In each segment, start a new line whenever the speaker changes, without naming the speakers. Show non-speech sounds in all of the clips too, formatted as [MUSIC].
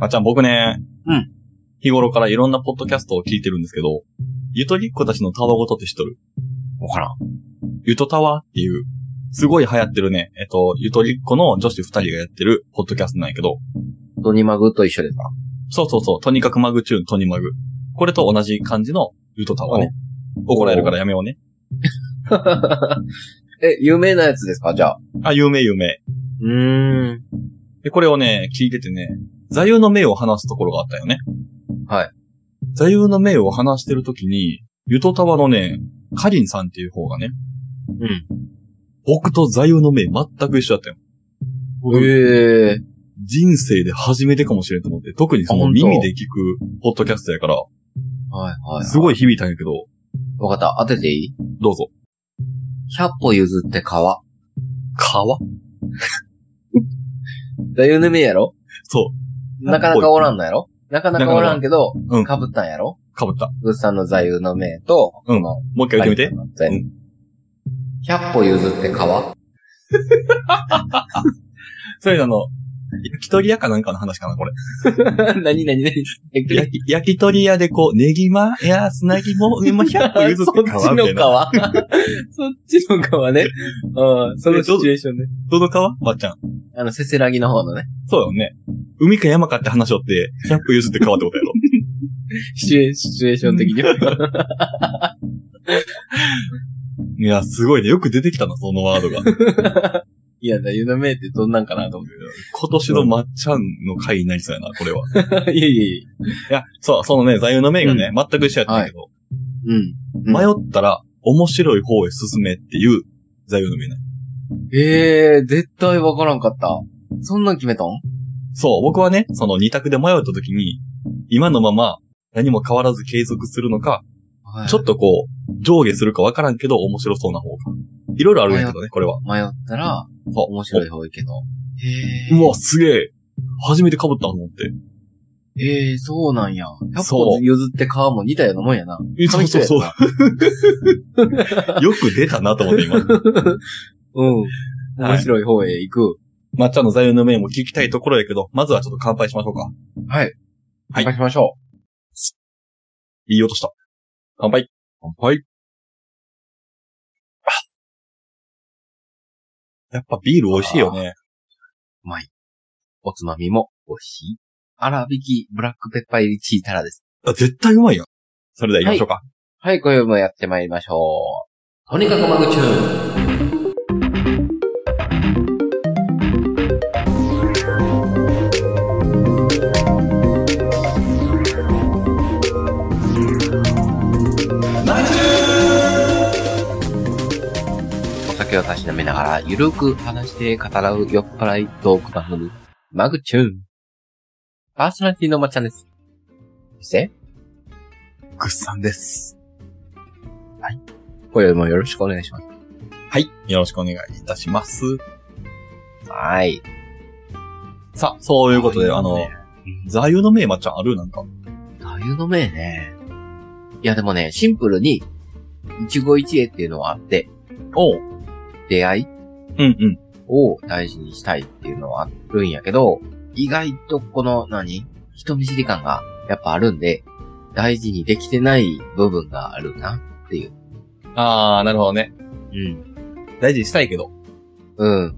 あちゃん、僕ね、
うん。
日頃からいろんなポッドキャストを聞いてるんですけど、ゆとりっ子たちのたわごとって知っとる
わからん。
ゆとたわっていう、すごい流行ってるね、えっと、ゆとりっ子の女子二人がやってるポッドキャストなんやけど、
ドニマグと一緒ですか
そうそうそう、とにかくマグチューン、とにマグ。これと同じ感じのゆとたわね。怒られるからやめようね。
え、有名なやつですかじゃあ。
あ、有名有名。
うーん。
で、これをね、聞いててね、座右の銘を話すところがあったよね。
はい。
座右の銘を話してるときに、ゆとたわのね、かりんさんっていう方がね、
うん。
僕と座右の銘全く一緒だったよ。
ええ
人生で初めてかもしれんと思って、特にそ
あ
の
本当
耳で聞くポッドキャストやから、
はいはい。
すごい響いたんやけど、
わかった。当てていい
どうぞ。
百歩譲って川。
川
座右の銘やろ
そ
なかなかおらんのやろなかなかおらんけど、
うん
かぶったんやろ
う、かぶった。
グッさんの座右の銘と、
うん
この
もう一回言ってみて。う
百歩譲って川
それあの、焼き鳥屋かなんかの話かな、これ。
[LAUGHS] 何何何
焼き焼き鳥屋でこう、ネギマや砂肝も、も100個譲っ
そ
て
っ
川
ち
みた
の
いな。
川 [LAUGHS] そっちの川ね。うん、そのシチュエーションね。
どの川ばっちゃん。
あの、せせらぎの方のね、
そうだよね。海か山かって話をって、100歩譲って川ってこと
[LAUGHS]
やろ。
シチュエシチュエーション的には。
いや、すごいね。よく出てきたな、そのワードが。
いや、座右の銘ってどんなんかなと思
今年のまっちゃんの回になりそうやな、これは。
って。 [LAUGHS] いやいやい
いや、そう、そのね、座右の銘がね、全く一緒やったんやけど、
や。うん。うん
迷ったら、面白い方へ進めっていう座右の銘ね。
ええー、絶対わからんかった。そんなん決めたん
そう、僕はね、その二択で迷った時に、今のまま何も変わらず継続するのか、
は
ちょっとこう、上下するかわからんけど面白そうな方か。いろいろあるんやけどね、これは。
迷ったら、
そう。
面白い方がいいけど。
お。
へー
うわ、すげえ。初めて被ったと思って。
ええー、そうなんや。百
そ
歩
う
譲って川も似たようなもんやな。
えそうそうそう
紙一重や
[LAUGHS]
な。
よく出たなと思って今。
[LAUGHS] うん。
はい
面白い方へ行く。
抹茶の座右の銘も聞きたいところやけど、まずはちょっと乾杯しましょうか。
はい。
はい
乾杯しましょ
いい音した。乾杯。乾杯。やっぱビール美味しいよね。
う。うまい。おつまみも美味しい。粗挽きブラックペッパー入りチータラです。
あ絶対うまいよ。それでは行きましょうか。
はい、今夜もやってまいりましょう。とにかくマグチューン。お酒をたしなめながら、ゆるく話して語らう酔っ払いトーク番組、マグチューン。パーソナリティのまっちゃんです。そして、
グッサンです。
今夜もよろしくお願いします。
はい。よろしくお願いいたします。
はい。
さあ、そういうことで、あの、、座右の銘抹茶あるなんか。
座右の銘ね。いやでもね、シンプルに、一期一会っていうのはあって、
おう。
出会い
うんうん。
を大事にしたいっていうのはあるんやけど、意外とこの何人見知り感がやっぱあるんで、大事にできてない部分があるな。
あー、なるほどね。
うん。
大事にしたいけど。
うん。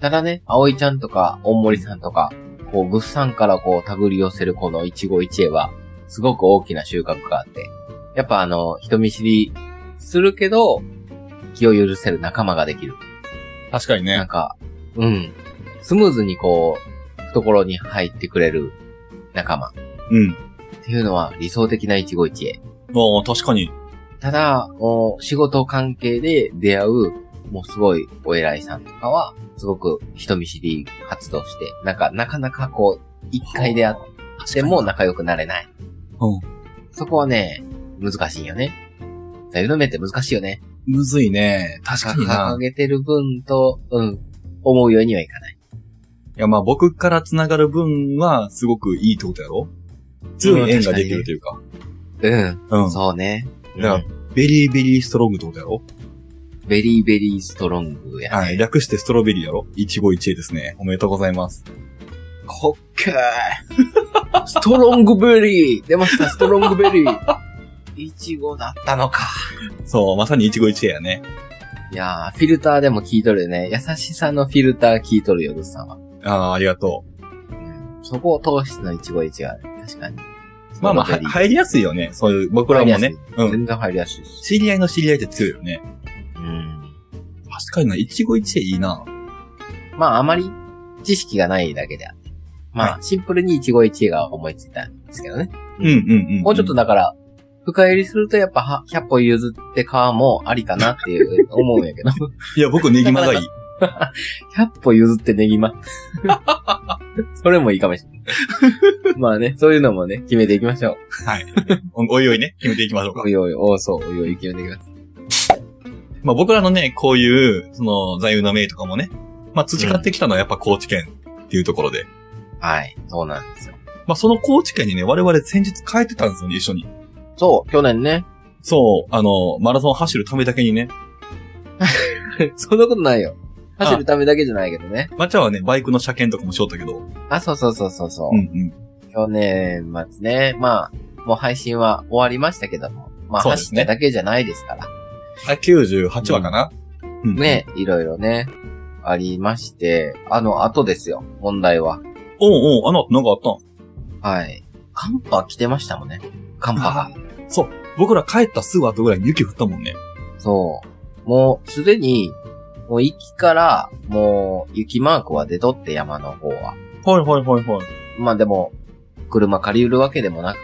ただね、葵ちゃんとか、大森さんとか、こう、ぐっさんからこう、手繰り寄せるこの一期一会は、すごく大きな収穫があって、やっぱあの、人見知りするけど、気を許せる仲間ができる。
確かに
なん。か、うん。スムーズにこう、懐に入ってくれる仲間っ
うん。
ていうのは理想的な一期一会。
ああ、確かに。
ただ、もう仕事関係で出会う、もうすごいお偉いさんとかは、すごく人見知り活動して、なんか、なかなかこう、一回出会っても仲良くなれない。
うん。
そこはね、難しいよね。座右の銘って難しいよね。
むずいね。確かに
掲
な。
げてる分と、うん、思うようにはいかない。
いや、まあ僕から繋がる分は、すごくいいってことやろ強い縁ができるというか。
うん、
うん。だか
そうね。
ら、ベリーベリーストロングってことやろ
ベリーベリーストロングやね。
はい。略してストロベリーやろ一期一会ですね。おめでとうございます。
こっけー。ストロングベリー出ました、ストロングベリー。いちごだったのか。
そう、まさに一期一会やね。
いやー、フィルターでも効いとるよね。優しさのフィルター効いとるよ、グッさんは。
ああ、ありがとう。
うんそこを通しての一期一会ある。確かに。
まあまあ、は入りやすいよね。そういう、僕らも
入
ね
り。
うん。
全然入りやすいし。
知り合いの知り合いって強いよね。
うん。
確かにな、一期一会いいな。
まあ、あまり知識がないだけであって。まあ、シンプルに一期一会が思いついたんですけどね。
うんうんうん。
もうちょっとだから、深入りするとやっぱは100歩譲って皮もありかなっていう思うんやけど。
いや、僕、ネギマがいい。
100歩譲ってネギマ。 [LAUGHS] それもいいかもしれ
[LAUGHS]
ない。まあね、そういうのもね、決めていきましょ
おおいおいね、決めていきましょう
う。
か
お。いおい、おうそう、おいおい決めていきます。
まあ僕らのね、こういう、その、座右の銘とかもね、まあ培ってきたのはやっぱ高知県っていうところで、
はい、そうなんですよ。
まあその高知県にね、我々先日帰ってたんですよね、一緒に。
そう、去年ね。
そう、あの、マラソン走るためだけにね、
[LAUGHS] そんなことないよ。走るためだけじゃないけどね。
まっちゃんはね、バイクの車検とかもしよったけど、うん
あ、そうそうそうそうそうう。
ん。
去年末ね、まあ、もう配信は終わりましたけども。まあ、
そうで
走
す
っ
ね
ただけじゃないですから。
あ、98話かな、うん、。
ね、いろいろね、ありまして、あの後ですよ、問題は。
おうおう、あの、なんかあったん
はい。寒波来てましたもんね。寒波が。
そう、僕ら帰ったすぐ後ぐらいに雪降ったもんね。
そう。もう、すでに、もう行きから、もう、雪マークは出とって、山の方は。
はいはいはいはい。
まあでも、車借りるわけでもなく、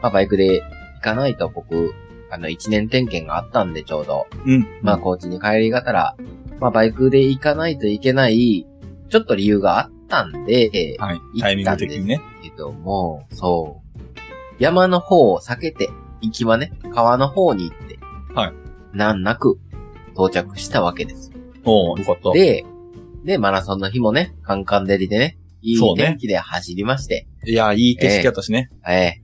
まあバイクで行かないと僕、あの、一年点検があったんでちょうど。
うん。
まあ、高知に帰りがたら、まあ、バイクで行かないといけない、ちょっと理由があったんで、
はい。
行
タイミ
っ
ン
た
グ
んで
的
す
にね。
けども、そう。山の方を避けて、行きはね、川の方に行って、
はい。
難なく、到着したわけです。
おうよかった。
で、で、マラソンの日もね、カンカン照りでね、い
そう
い
ね
天気で走りまして、
いや、いい景色やったしね。
ええ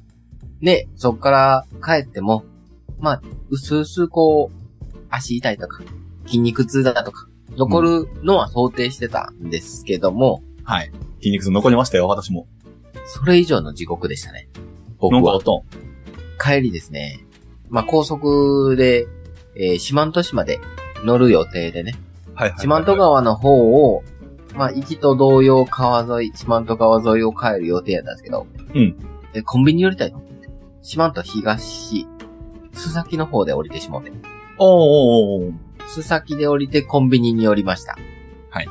で、そっから帰っても、まあ、うすうすこう、足痛いとか、筋肉痛だとか、残るのは想定してたんですけども、
はい。筋肉痛残りましたよ、私も。
それ以上の地獄でしたね。僕
なんかあ
は
っ。たん
帰りですね。まあ、高速で、えー、四万十市まで乗る予定でね。
はいはいはいはい。
四万十川の方を、まあ、行きと同様川沿い、四万十川沿いを帰る予定やったんですけど。
うん。
え、コンビニ寄りたいの四万十東市、須崎の方で降りてしまって。
おうおうおうおう
須崎で降りてコンビニに寄りました。
はい。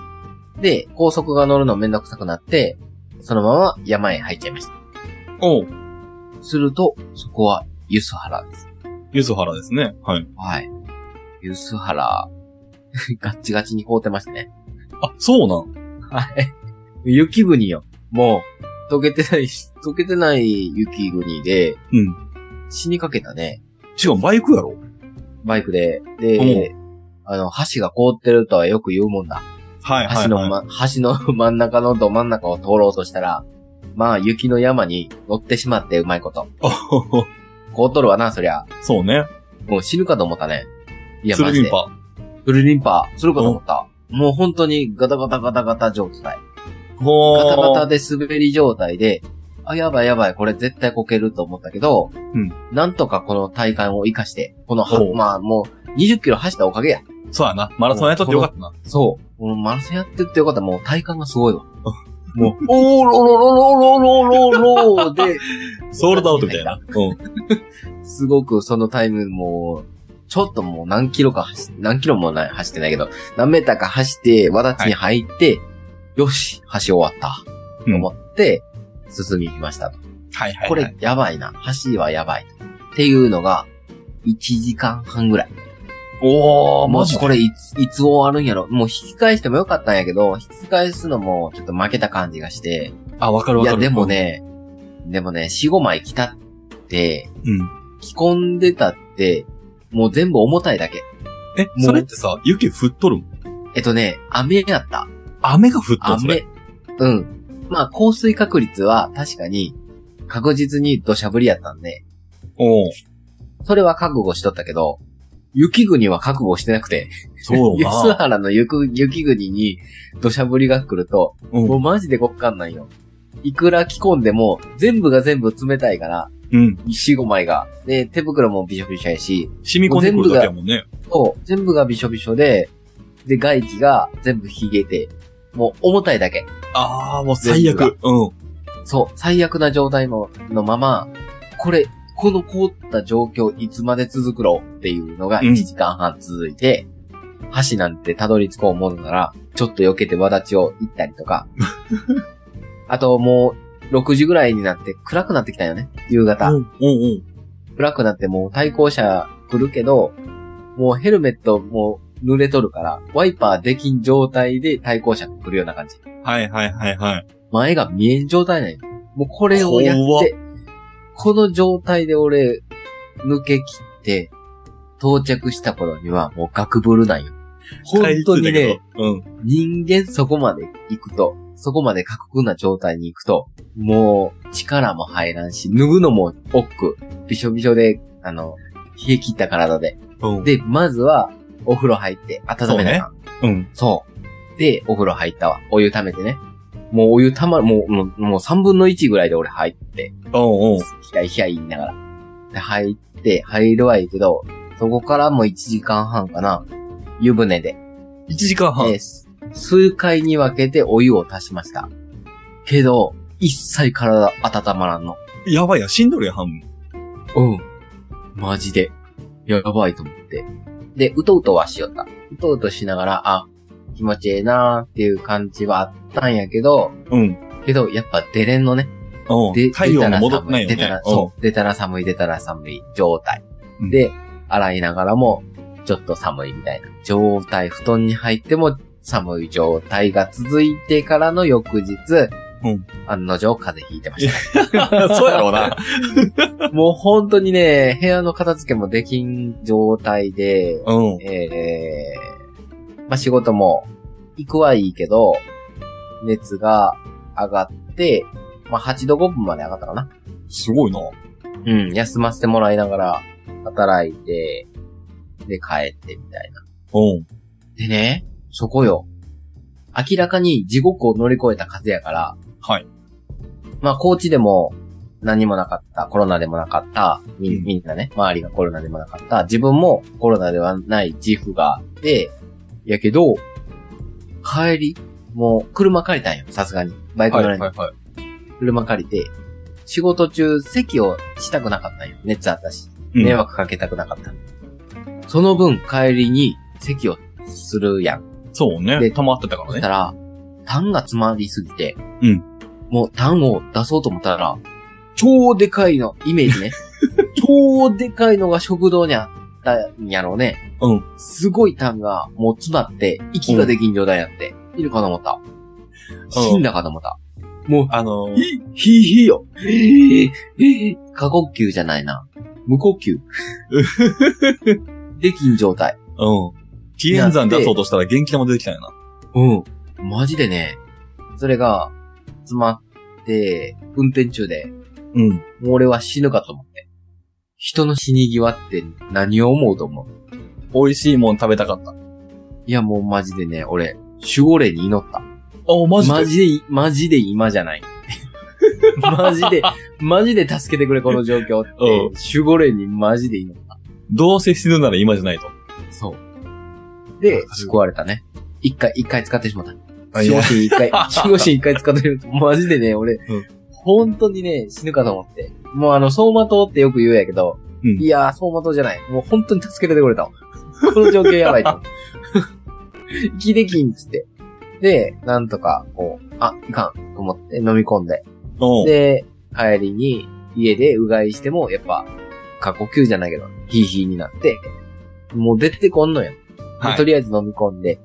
で、高速が乗るのめんどくさくなって、そのまま山へ入っちゃいました。
おう
すると、そこは、ゆすはらです。
ゆずはらですね。はい。
はい。ゆすはら、 [LAUGHS] ガッチガチに凍ってましたね。
あ、そうなん。
はい。雪国よ。もう、溶けてないし、溶けてない雪国で、
うん。
死にかけたね。
しかもバイクやろ
バイクで。で、あの、橋が凍ってるとはよく言うもんだ。
はいはい、はい。
橋の、ま、橋の真ん中のど真ん中を通ろうとしたら、まあ、雪の山に乗ってしまってうまいこと。
おほほ
凍っとるわな、そりゃ。
[LAUGHS] そうね。
もう死ぬかと思ったね。いや、
ス
マ
ル
ジ
リン
で。
パ。
フルリンパ、するかと思った。もう本当にガタガタガタガタ状態。
ほ
ガタガタ
ー。
で滑り状態で、あ、やばいやばい、これ絶対こけると思ったけど、
うん
なんとかこの体幹を活かして、このは
おう
まあもう20キロ走ったおかげや。
そうやな。マラソンやっとってよかったな。
そう。このマラソンやってってよかった。もう体幹がすごいわ。
[LAUGHS] もう、
おーろろろろろろろろで、
ソールドアウトみたいな。うん。
すごくそのタイムも、ちょっともう何キロか走っ、何キロもない、走ってないけど、何メーターか走って、わだちに入って、よし、走り終わった。
うん
と思って、進みましたと。
はいは
これ、やばいな。走りはやばい。っていうのが、1時間半ぐらい。
おー、マジ
もうこれいつ、いつ終わるんやろ。もう引き返してもよかったんやけど、引き返すのもちょっと負けた感じがして。
あ、わかるわ
い
か
や、
る。
でも。ね、でもね、4、5枚来たって、
うん。
着込んでたって、もう全部重たいだけ。
え、
う
それってさ、雪降っとるん
えっとね、雨やった。
雨が降っとるそれ。
雨。うん。まあ、降水確率は確かに、確実に土砂降りやったんで、
おー。
それは覚悟しとったけど、雪国は覚悟してなくて、
そう
[LAUGHS] 安
な。
原の雪雪国に土砂降りが来ると、
う。
もうんマジで極寒なんよ。いくら着込んでも、全部が全部冷たいから、
うん。
4、5枚が。で、手袋もびしょびしょやし、
染み込んでくるだけやもんね。
そう、全部がびしょびしょで、で、外気が全部冷えて、もう重たいだけ。
ああ、もう最
全
悪。うん。
そう、最悪な状態ののまま、これ、この凍った状況いつまで続くろっていうのが
うん
1時間半続いて、箸なんてたどり着こうものなら、ちょっと避けてわだちを行ったり
[LAUGHS]
とか。あともう、6時ぐらいになって暗くなってきたよね、夕方。
うん、うん、うん。
暗くなってもう対向車来るけど、もうヘルメットもう濡れとるから、ワイパーできん状態で対向車来るような感じ。
はいはいはいはい。
前が見えん状態なんよもうこれをやっ、
怖って
この状態で俺、抜け切って、到着した頃にはもうガクブルなんよ。本当にね、
うん。
人間そこまで行くと、そこまで過酷な状態に行くと、もう力も入らんし、脱ぐのも億劫。びしょびしょで、あの、冷え切った体で。
うん。
で、まずは、お風呂入って、温めなあ
う
かん
ん。
そう。で、お風呂入ったわ。お湯溜めてね。もうお湯溜ま、もう、もう、もう3分の1ぐらいで俺入って、
おうおう。
ヒヤヒヤ言いながら。で、入って、入るはいいけど、そこからもう1時間半かな。湯船で。
1時間半。
で、す数回に分けてお湯を足しました。けど、一切体温まらんの。
やばいや、死んどるやん、半分。
うん。マジで。やばいと思って。で、うとうとはしよった。うとうとしながら、あ、気持ちええなーっていう感じはあったんやけど、
うん。
けど、やっぱ出れんのね。
お
で、
う体温も戻ってな
寒
い
い。
よ
出
ね。
たら、
うん
そう。出たら寒い、出たら寒い状態
う。ん
で、洗いながらも、ちょっと寒いみたいな状態。布団に入っても寒い状態が続いてからの翌日、
うん
案の定風邪ひいてました。
[LAUGHS] そうやろう
[LAUGHS]
な。
もう本当にね、部屋の片付けもできん状態で、
うん。
えー、まあ、仕事も行くはいいけど、熱が上がって、まあ、8度5分まで上がったかな。
すごいな。
うん、休ませてもらいながら働いて、で帰ってみたいな。
うん。
でね、そこよ。明らかに地獄を乗り越えた風やから、
はい。
まあ、高知でも何もなかった、コロナでもなかった、み
うん
みんなね、周りがコロナでもなかった、自分もコロナではない自負があって、やけど、帰り、もう車借りたんよ、さすがに。バイク乗れん
はい。
車借りて、仕事中席をしたくなかったんよ、熱あったし。
うん
迷惑かけたくなかった。その分帰りに席をするやん。
そうね。
で
溜まってたか
そ
ら
し
ね。
たら、痰が詰まりすぎて、
うん
もう痰を出そうと思ったら、超でかいの、イメージ
[LAUGHS]
ね。超でかいのが食堂にあったんやろうね。
うん。
すごい痰がもう詰まって、息ができん状態やって。いるかと思った。死んだかと思った。もう、
あのー、
ひ、ひ、ひよ。えー、えー、過呼吸じゃないな。無呼吸。できん状態。
うん。紀元山出そうとしたら元気玉出てきたんやな。
うん。マジでね、それが、詰まって、運転中で、
うん。
もう俺は死ぬかと思って。人の死に際って何を思うと思う
美味しいもん食べたかった。
いやもうマジでね、俺、守護霊に祈った。
あ、マジで
マジで、マジで今じ
[LAUGHS]
ゃない。マジで、マジで助けてくれこの状況って、
うん
守護霊にマジで祈った。
どうせ死ぬなら今じゃないと。
そう。で
わ、かる
救われたね。一回、一回使ってしまった。
あい
守護
や
神
[LAUGHS]
一回、守護神一回使ってると、マジでね、俺、
うん
本当にね、死ぬかと思って。もうあの、相馬灯ってよく言うやけど、
うん
いやー、相馬灯じゃない。もう本当に助けてくれたわ。この状況やばいと思 [LAUGHS] って。息できんっつって。で、なんとか、こう、あ、いかんと思って飲み込んで。
うん。
で、帰りに家でうがいしても、やっぱ、過呼吸じゃないけど、ヒーヒーになって、もう出てこんのよ。
はい
とりあえず飲み込んで、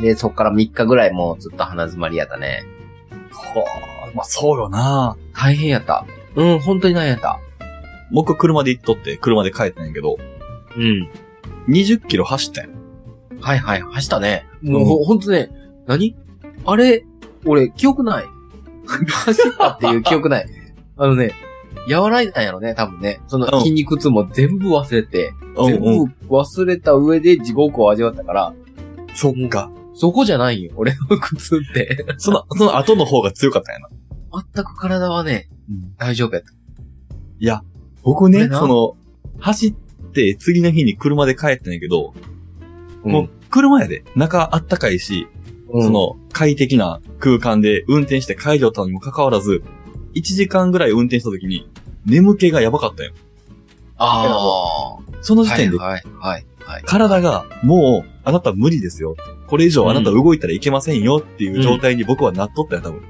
で、そっから3日ぐらいもうずっと鼻詰まりやったね。
ほーまあ、そうよな
大変やった。うん、本当に大変やった。
僕車で行っとって、車で帰ったんやけど、
うん。
20キロ走ったんや。
はいはい、走ったね。もう、
うん
ほんとね、何あれ、俺、記憶ない。 [LAUGHS] 走ったっていう記憶ない。あのね、和らいだんやろね、多分ね。その
うん
筋肉痛も全部忘れて、
うん
全
うん。
部忘れた上で地獄を味わったから、
そっか。
そこじゃないよ、俺の苦痛って。
その、その後の方が強かったんやな。
全く体はね、
うん
大丈夫やった。
いや、僕
これ
ね、
な
その、走って次の日に車で帰ったんやけど、
うん
もう車やで、中あったかいし、
うん
そ、の快適な空間で運転して帰りよったのにもかかわらず、1時間ぐらい運転した時に、眠気がやばかったよ。
あ
その
あ、
時
はい
点で、
はいはいはい。
体がもう、あなた無理ですよ。これ以上あなた動いたらいけませんよっていう状態に僕はなっとったよ、多分。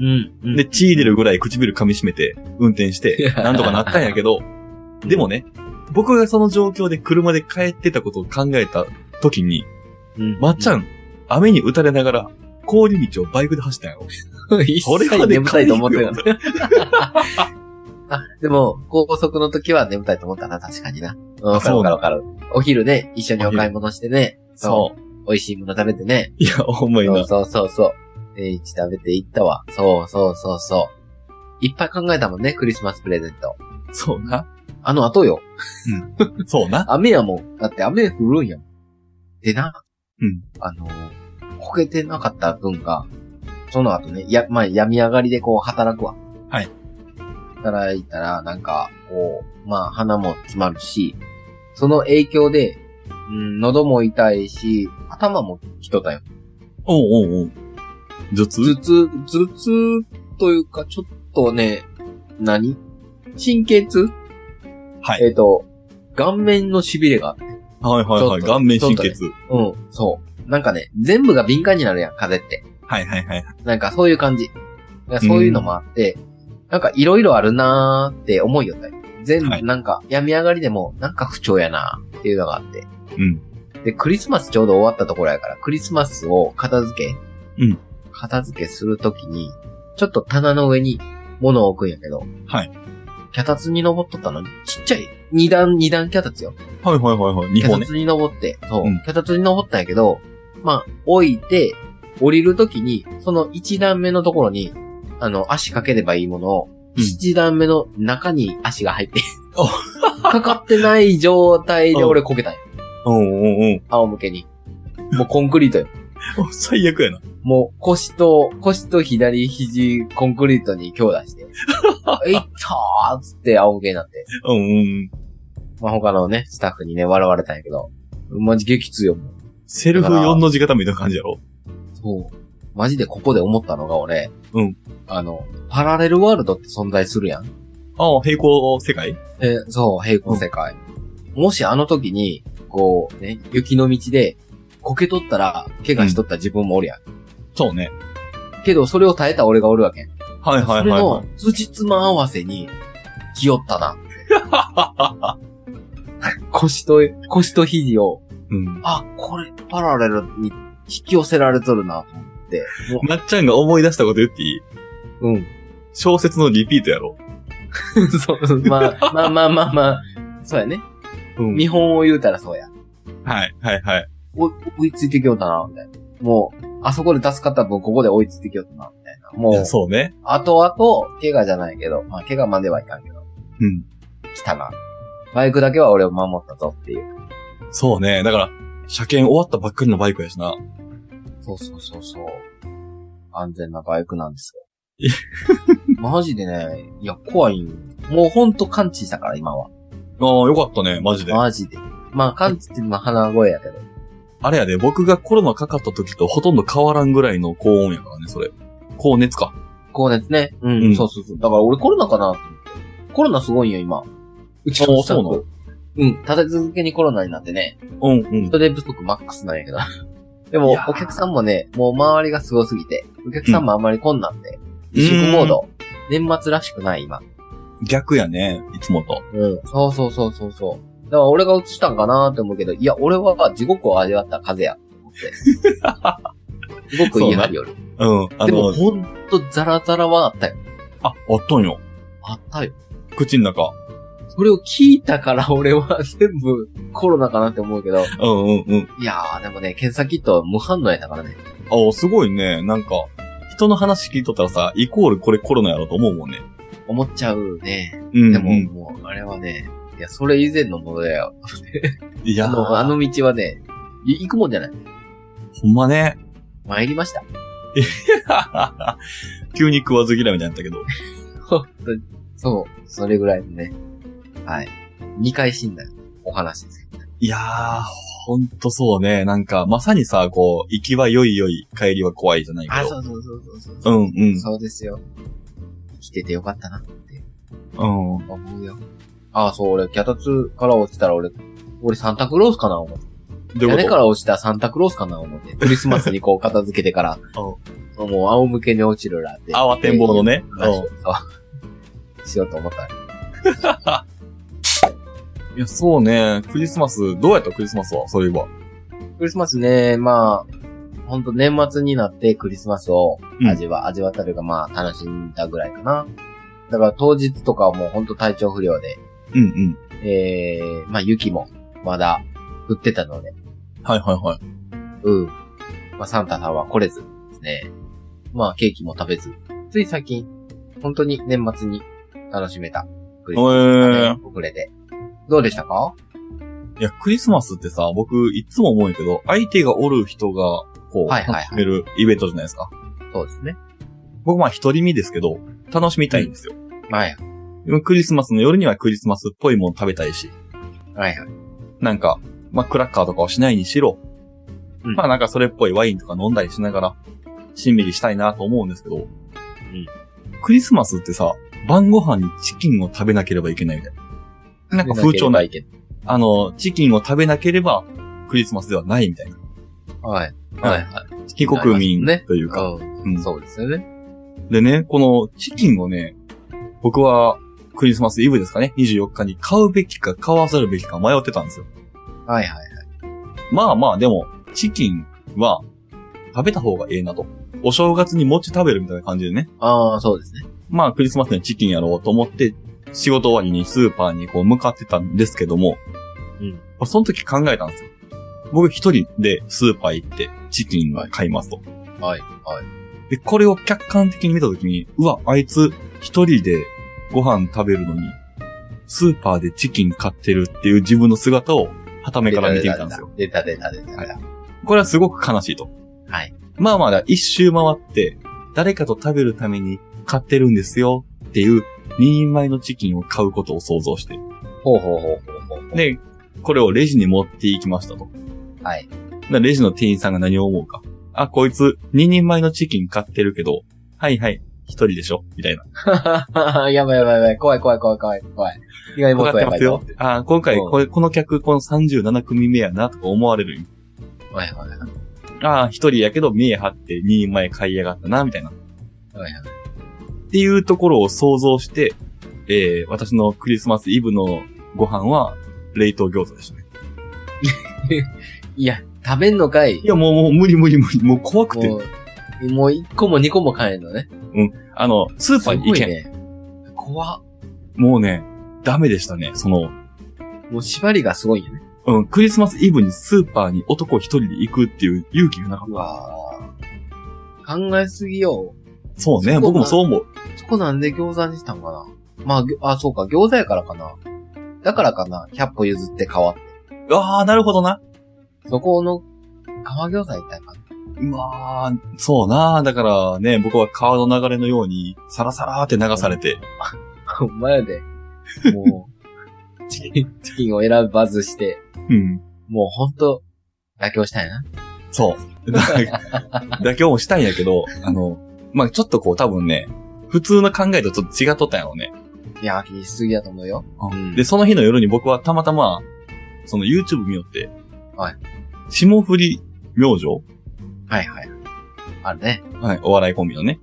うん、うん。
で、血出るぐらい唇噛み締めて、運転して、なんとかなったんやけど、でもね、僕がその状況で車で帰ってたことを考えた時に、
うん、
まっちゃん、雨に打たれながら、氷道をバイクで走ったんやろ。
うん、 [LAUGHS] 一
それ
切
まで
眠たいと思ってな
軽
かった。 [LAUGHS] あ、でも、高速の時は眠たいと思ったな、確かにな。うん、わかる
そう
わか
な
る
の
わかる。お昼ね、一緒にお買い物してね、
そ
そ
う。
美味しいもの食べてね。
[LAUGHS] いや、ほんまに
そう
な。
そうそうそう。定位置食べていったわ。そうそうそうそう。いっぱい考えたもんね、クリスマスプレゼント。
そうな。
あの後よ。
そうな。
雨やもん。だって雨降るんやもん。でな。
うん。
あの、こけてなかった分が、その後ね、や、まあ、病み上がりでこう働くわ。
はい。
働いたら、なんか、こう、まあ、鼻も詰まるし、その影響で、うん、喉も痛いし、頭もきとったよ。
おうおうおう。頭痛
頭痛、頭痛というか、ちょっとね、何神経痛
はい
えっ、と、顔面の痺れがあって。
はいはい
ちょ
は
っ
い。
と
顔面神経
ち
痛。
うん、そう。なんかね、全部が敏感になるやん、風邪って。
はいはいはい。
なんかそういう感じ。なんかそういうのもあって、なんかいろいろあるなーって思いよったよ。全部
はい
なんか、病み上がりでも、なんか不調やなーっていうのがあって。
うん。
で、クリスマスちょうど終わったところやから、クリスマスを片付け。
うん。
片付けするときに、ちょっと棚の上に物を置くんやけど。
はい。
脚立に登っとったのに、ちっちゃい、二段、二段脚立よ。
はいはいはいはい。日
脚
本ね。
立に登って、そう
うん、
脚立に登ったんやけど、まあ、置いて、降りるときに、その一段目のところに、あの、足かければいいものを、
うん
七段目の中に足が入って、
お [LAUGHS]
かかってない状態で
うん
俺こけたんよ。
おうんうん
仰向けに。もうコンクリートよ。
うん。 [LAUGHS] 最悪やな。
もう腰と、腰と左肘、コンクリートに強打して、いったーっつって仰向けになって、
うんうんうん。
まあ、他のね、スタッフにね、笑われたんやけど、マジ激痛よ、もう。
セルフ
だから
4の字型みたいな感じやろ
そう。マジでここで思ったのが俺。
うん。
あの、パラレルワールドって存在するやん。
ああ、平行世界
え、そう、平行世界。もしあの時に、こう、ね、雪の道で、こけとったら、怪我しとった自分もおるやん。
そうね。
けど、それを耐えた俺がおるわけ。
はいはいはいはい。
それの、土妻合わせに、来よったな。腰と、腰と肘を、
[LAUGHS] うん。
あ、これ、パラレルに引き寄せられとるな、と思って。も
なっちゃんが思い出したこと言っていいう
うん。
小説のリピートやろ
[LAUGHS] そう、まあ、まあまあまあまあ、そうやね。
うん
見本を言うたらそうや。
はいはいはい。
お追いついてきよったな、みたいな。もう、あそこで助かった分、ここで追いついてきよったな、みたいな。も
いうや、そうね。
後々、怪我じゃないけど、まあ、怪我まではいかんけど、
うん。
来たな。バイクだけは俺を守ったぞっていう。
そうね。だから、車検終わったばっかりのバイクやしな。
そうそうそうそう。安全なバイクなんですよ。 [LAUGHS] マジでね、いや、怖いんよもうほんと感知したから、今は。
ああ、よかったね、マジで。
マジで。まあ、感知って今鼻声やけど。
あれやで、僕がコロナかかった時とほとんど変わらんぐらいの高温やからね、それ。高熱か。
高熱ね。うん。
うん
そうそうそう。だから俺コロナかなと思ってコロナすごいんよ、今。うちの
あそうなの
うん。立て続けにコロナになってね。
うんうん。
人手不足マックスなんやけど。 [LAUGHS] で
い
も
や、ー
お客さんもね、もう周りがすごすぎて、お客さんもあんまりこんなんで、自
う
粛
ん
モード。年末らしくない、今。
逆やね、いつもと。
うん。そうそうそうそうそう。だから俺が映したんかなって思うけど、いや、俺は地獄を味わっ
[LAUGHS]
た風や。と思って。すごく言い張りよる。
うん。あ
でも
の、
ほんとザラザラはあったよ。
あ、あったんよ。
あったよ。
口の中。
それを聞いたから俺は全部コロナかなって思うけど。
うんうんうん。
いやー、でもね、検査キットは無反応やったからね。
ああ、すごいね。なんか、人の話聞いとったらさ、イコールこれコロナやろと思うもんね。
思っちゃうね。
うん、うん。
でも、もう、あれはね、いや、それ以前のものだよ。
い
あ
や
の、あ
ー、
の道はね、い行くもんじゃない。
ほんまね。 [LAUGHS]
参りました。
い急に食わず嫌いみたいになったけど。
ほんとにそう、それぐらいのね。はい。二回死んだお話ですよ。
いやー、ほんとそうね。なんか、まさにさ、こう、行きは良い良い、帰りは怖いじゃないけ
あ、
ど。
そうそうそうそうそう
う
そう、
んうん。
そうですよ。生きててよかったなって
うん。
思うよ。あ、そう、俺、脚立から落ちたら俺、俺サンタクロースかな思って。
どう
屋
い
根
う
か
こ
ら落ちたサンタクロースかな思って。クリスマスにこう片付けてから、もう仰向けに落ちるらって。
と慌てんぼうのね。
話を
う
そう。しようと思った。
ん。いや、そうね。クリスマス、どうやったクリスマスはそういえば。
クリスマスね、まあ、ほんと年末になってクリスマスを味わ、味わったというかまあ楽しんだぐらいかな。だから当日とかはもうほんと体調不良で、
うんうん。
えー、まあ雪もまだ降ってたので、
はいはいはい。
うん。まあサンタさんは来れずですね。まあケーキも食べず、つい最近、本当に年末に楽しめたクリスマスがね、遅れて。どうでしたか
いや、クリスマスってさ、僕、いつも思うんやけど、相手がおる人が、こう、
はいはいはい
楽しめるイベントじゃないですか。
そうですね。
僕、まあ、一人身ですけど、楽しみたいんですよ。
はい
でもクリスマスの夜にはクリスマスっぽいもの食べたいし、
はいはい。
なんか、まあ、クラッカーとかはしないにしろ、
うん
まあ、なんかそれっぽいワインとか飲んだりしながら、しんみりしたいなと思うんですけど、クリスマスってさ、晩ご飯にチキンを食べなければいけないみたいな。なんか風潮ない。
けど。
あの、チキンを食べなければ、クリスマスではないみたいな。
はい。はいはい。
非国民
ね
というか、
う
うん
ん、そうですよね。
でね、このチキンをね、僕はクリスマスイブですかね、24日に買うべきか買わざるべきか迷ってたんですよ。
はいはい。
まあまあ、でも、チキンは食べた方がええなと。お正月に餅食べるみたいな感じでね。
ああ、そうですね。
まあ、クリスマスにはチキンやろうと思って、仕事終わりにスーパーにこう向かってたんですけども、
うん
まあその時考えたんですよ。僕一人でスーパー行ってチキンを買いますと。
はい、はい。
で、これを客観的に見たときに、うわ、あいつ一人でご飯食べるのに、スーパーでチキン買ってるっていう自分の姿を、はためから見てみたんですよ。
出た出た出た出た。
は
はいい。
これはすごく悲しいと。
はい。
まあまだ一周回って、誰かと食べるために買ってるんですよっていう、二人前のチキンを買うことを想像して。
ほうほうほうほうほう。
で、これをレジに持っていきましたと。
はい。
なレジの店員さんが何を思うか。あ、こいつ、二人前のチキン買ってるけど、はいはい、一人でしょみたいな。
[LAUGHS] やばいやばいやばい。怖い怖い怖い怖い怖い。意外にも
わ
っ
か
と
って
やば
ま
い
すよ。あー今回これ、この客、この37組目やな、とか思われる。
はいはいはい。
ああ、一人やけど、見え張って2人前買いやがったな、みたいな。っ
はいはい。
ていうところを想像して、えー、私のクリスマスイブのご飯は、冷凍餃子でしたね。
いや、食べんのかい
いや、もう、もう、無理無理無理。もう怖くて
も。う、もう1個も2個も買えんのね。
あの、スー
す
パーに行
ごい
けん。
ね。怖っ
もうね、ダメでしたね。その、
もう縛りがすごいよね。
うん、クリスマスイブにスーパーに男一人で行くっていう勇気がなかっ
うわー考えすぎよ。
た。そうね、
そう
僕もそう思う。
そこなんで餃子にしたんかなまあぎょ、あ、そうか、餃子やからかな。だからかな、100歩譲って変わっ
ああ、なるほどな。
そこの、皮餃子行ったんかな
まあ、そうな。だからね、僕は川の流れのように、サラサラーって流されて、
ほんまやで。も [LAUGHS] う、チキン、チキンを選ばずして、
うん。
もうほんと、妥協したいな。 [LAUGHS]
そう。だ妥協もしたいんやけど、あの、まあちょっとこう多分ね、普通の考えとちょっと違っとったんやろうね。
いや、気にしすぎだと思うよ。ん
で、その日の夜に僕はたまたま、その YouTube 見よって、
はい。
霜降り明星
はいはい。あるね。
はい、お笑いコンビのね、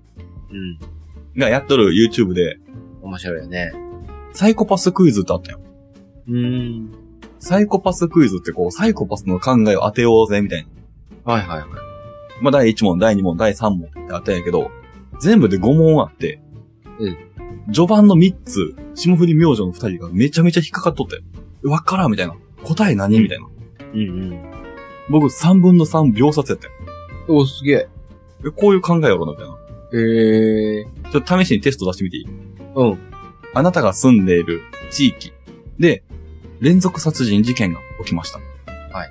うん。
がやっとる YouTube で、
面白いよね。
サイコパスクイズってあったよ。
うーん。
サイコパスクイズってこう、サイコパスの考えを当てようぜ、みたいな。
はいはいはい。
まあ、第1問、第2問、第3問ってあったんやけど、全部で5問あって、
うん
序盤の3つ、霜降り明星の2人がめちゃめちゃ引っかかっとったよ。えわっからんみたいな。答え何みたいな。
うんうん。
僕3分の3秒殺やったよ。
お、すげえ。
えこういう考えやろな、みたいな。
ええ
ちょっと試しにテスト出してみていい
うん。
あなたが住んでいる地域で、連続殺人事件が起きました。
はい。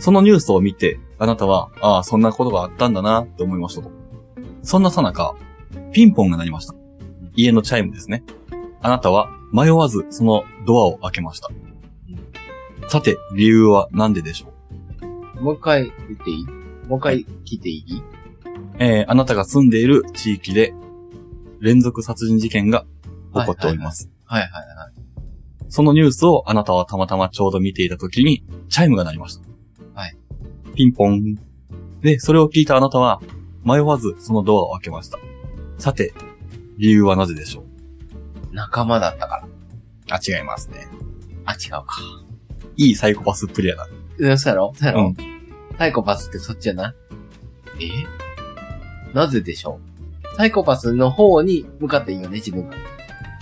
そのニュースを見て、あなたは、ああ、そんなことがあったんだな、って思いましたと。そんなさなか、ピンポンが鳴りました。家のチャイムですね。あなたは迷わずそのドアを開けました。さて、理由は何ででしょう
もう一回言っていいもう一回聞いていい
えー、あなたが住んでいる地域で連続殺人事件が起こっております。
はいはいはい。
そのニュースをあなたはたまたまちょうど見ていた時にチャイムが鳴りました。
はい。
ピンポン。で、それを聞いたあなたは迷わずそのドアを開けました。さて、理由はなぜでしょう
仲間だったから。
あ、違いますね。
あ、違うか。
いいサイコパスプレイヤーだ。
うん、そうやろそうや
う
ろ
ん、
サイコパスってそっちやな。えなぜでしょうサイコパスの方に向かっていいよね、自分が。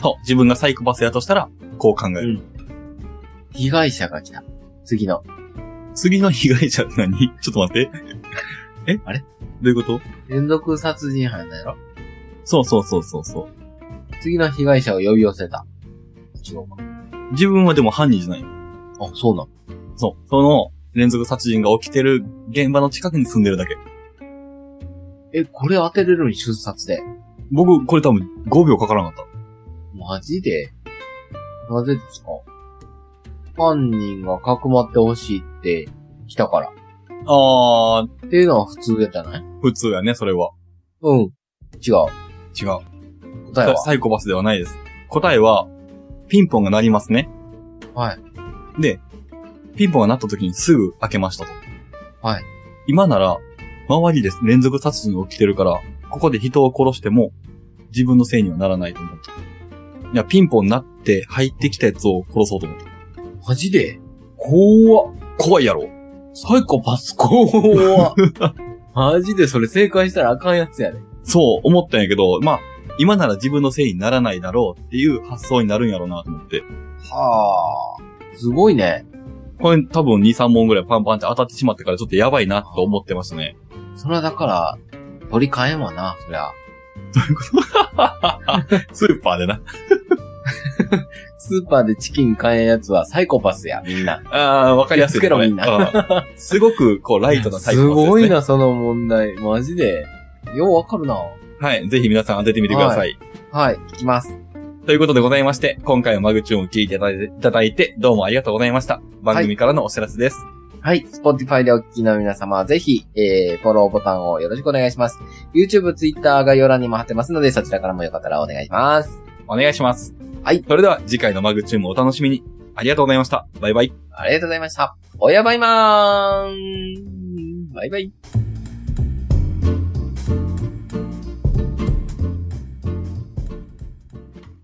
と、自分がサイコパスやとしたら、こう考える。
被害者が来た。次の。
次の被害者って何 [LAUGHS] ちょっと待って。え
あれ
どういうこと
連続殺人犯だよ。
そうそうそうそうそう。
次の被害者を呼び寄せた。違うか。
自分はでも犯人じゃないよ。
あ、そうなの。
そう。その、連続殺人が起きてる現場の近くに住んでるだけ。
え、これ当てれるのに出殺で。
僕、これ多分5秒かからなかっ
マジでなぜですか犯人がかくまってほしいって来たから。
た。あー、
っていうのは普通やったない
普通やね、それは。
うん。違う。
違う。
答えは
サイコパスではないです。答えは、ピンポンが鳴りますね。。
はい
で、ピンポンが鳴った時にすぐ開けましたと。
はい。
今なら、周りです。連続殺人が起きてるから、ここで人を殺しても、自分のせいにはならないと思った。いや、ピンポン鳴って入ってきたやつを殺そうと思った。
マジで
怖っ。怖いやろ。
サイコパス怖 [LAUGHS] マジでそれ正解したらあかんやつやね。
そう思ったんやけど、まあ、今なら自分のせいにならないだろうっていう発想になるんやろうなと思って。
はあ。すごいね。
これ多分2、3問ぐらいパンパンって当たってしまってからちょっとやばいなと思ってましたね。
それはだから、取り替えもな、そりゃ。
スーパーでな。
[LAUGHS] スーパーでチキン買えんやつはサイコパスや、みんな。
ああ、わかりやすいね。
気をつけろ
これ
みん
うんすごく、こう、ライトなタイプ
すごい。な、その問題。マジで。ようわかるな。
はい。ぜひ皆さん当ててみてください。
はい、聞きます。
ということでございまして、今回もマグチューンを聞いていただいていただいて、どうもありがとうございました。番組からのお知らせです。
はい。Spotify でお聞きの皆様、ぜひ、えー、フォローボタンをよろしくお願いします。YouTube、Twitter 概要欄にも貼ってますので、そちらからもよかったらお願いします。
お願いします。
はい。
それでは次回のマグチューンもお楽しみに。ありがとうございました。バイバイ。
ありがとうございました。おやばいまーん。バイバイ。